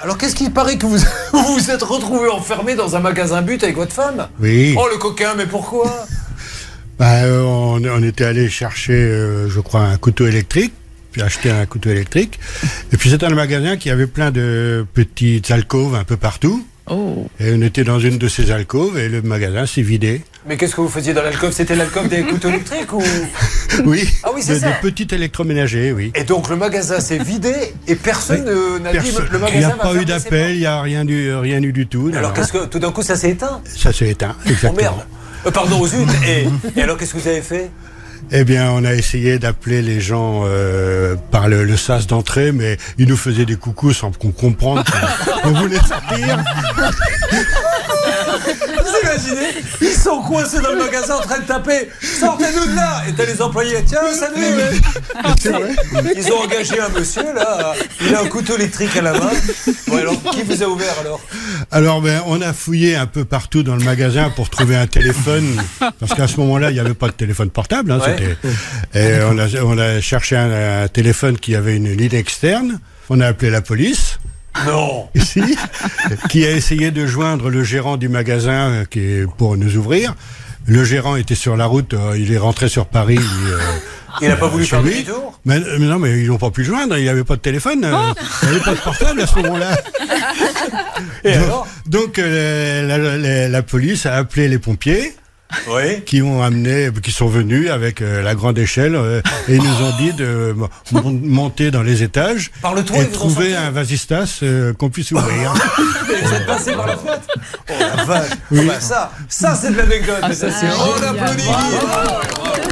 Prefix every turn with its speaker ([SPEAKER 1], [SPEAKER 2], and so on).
[SPEAKER 1] Alors qu'est-ce qu'il paraît que vous vous vous êtes retrouvé enfermé dans un magasin but avec votre femme
[SPEAKER 2] Oui.
[SPEAKER 1] Oh le coquin, mais pourquoi
[SPEAKER 2] Bah, euh, on, on était allé chercher, euh, je crois, un couteau électrique, puis acheter un couteau électrique. Et puis c'était un magasin qui avait plein de petites alcôves un peu partout.
[SPEAKER 3] Oh.
[SPEAKER 2] Et on était dans une de ces alcôves et le magasin s'est vidé.
[SPEAKER 1] Mais qu'est-ce que vous faisiez dans l'alcôve C'était l'alcôve des couteaux électriques ou
[SPEAKER 2] Oui.
[SPEAKER 1] Ah oui, c'est
[SPEAKER 2] de,
[SPEAKER 1] ça.
[SPEAKER 2] de petits électroménagers, oui.
[SPEAKER 1] Et donc le magasin s'est vidé et personne euh, n'a dit
[SPEAKER 2] Personne-
[SPEAKER 1] le magasin
[SPEAKER 2] il n'y a
[SPEAKER 1] va
[SPEAKER 2] pas eu
[SPEAKER 1] fermer ses
[SPEAKER 2] d'appel, il n'y a rien du, rien eu du tout.
[SPEAKER 1] portes. Alors qu'est-ce que tout d'un coup ça s'est éteint
[SPEAKER 2] Ça s'est éteint,
[SPEAKER 1] Oh
[SPEAKER 2] exactement.
[SPEAKER 1] merde. Euh, pardon aux zut et, et alors qu'est-ce que vous avez fait
[SPEAKER 2] Eh bien, on a essayé d'appeler les gens euh, par le, le sas d'entrée, mais ils nous faisaient des coucous sans qu'on comprenne. qu'on- on voulait sortir.
[SPEAKER 1] Vous imaginez Ils sont coincés dans le magasin en train de taper Sortez-nous de là Et t'as les employés, tiens, salut
[SPEAKER 2] C'est vrai.
[SPEAKER 1] Ils ont engagé un monsieur là, il a un couteau électrique à la main. Bon alors, qui vous a ouvert alors
[SPEAKER 2] Alors, ben, on a fouillé un peu partout dans le magasin pour trouver un téléphone, parce qu'à ce moment-là, il n'y avait pas de téléphone portable. Hein,
[SPEAKER 1] Ouais.
[SPEAKER 2] c'était- Et on a, on a cherché un, un téléphone qui avait une ligne externe. On a appelé la police.
[SPEAKER 1] Non
[SPEAKER 2] ici, qui a essayé de joindre le gérant du magasin euh, qui est pour nous ouvrir. Le gérant était sur la route, euh, il est rentré sur Paris. euh,
[SPEAKER 1] Il n'a pas voulu
[SPEAKER 2] chez
[SPEAKER 1] faire
[SPEAKER 2] lui.
[SPEAKER 1] demi-tour
[SPEAKER 2] mais, mais non, mais ils n'ont pas pu le joindre, il n'y avait pas de téléphone, euh, il n'y avait pas de portable à ce moment-là.
[SPEAKER 1] Et
[SPEAKER 2] Donc-
[SPEAKER 1] alors
[SPEAKER 2] Donc euh, la, la- la police a appelé les pompiers
[SPEAKER 1] Oui.
[SPEAKER 2] qui ont amené, qui sont venus avec euh, la grande échelle euh, et ils nous ont dit de mon- monter dans les étages
[SPEAKER 1] Par le toit, ils
[SPEAKER 2] et
[SPEAKER 1] vous ont
[SPEAKER 2] trouver
[SPEAKER 1] sorti
[SPEAKER 2] un vasistas euh, qu'on puisse ouvrir.
[SPEAKER 1] Mais vous êtes passé par la fenêtre Oh la vache Ah bah, Ça, ça c'est de l'anecdote mesdames.
[SPEAKER 3] c'est
[SPEAKER 1] On applaudit
[SPEAKER 3] génial.
[SPEAKER 1] Bravo, bravo.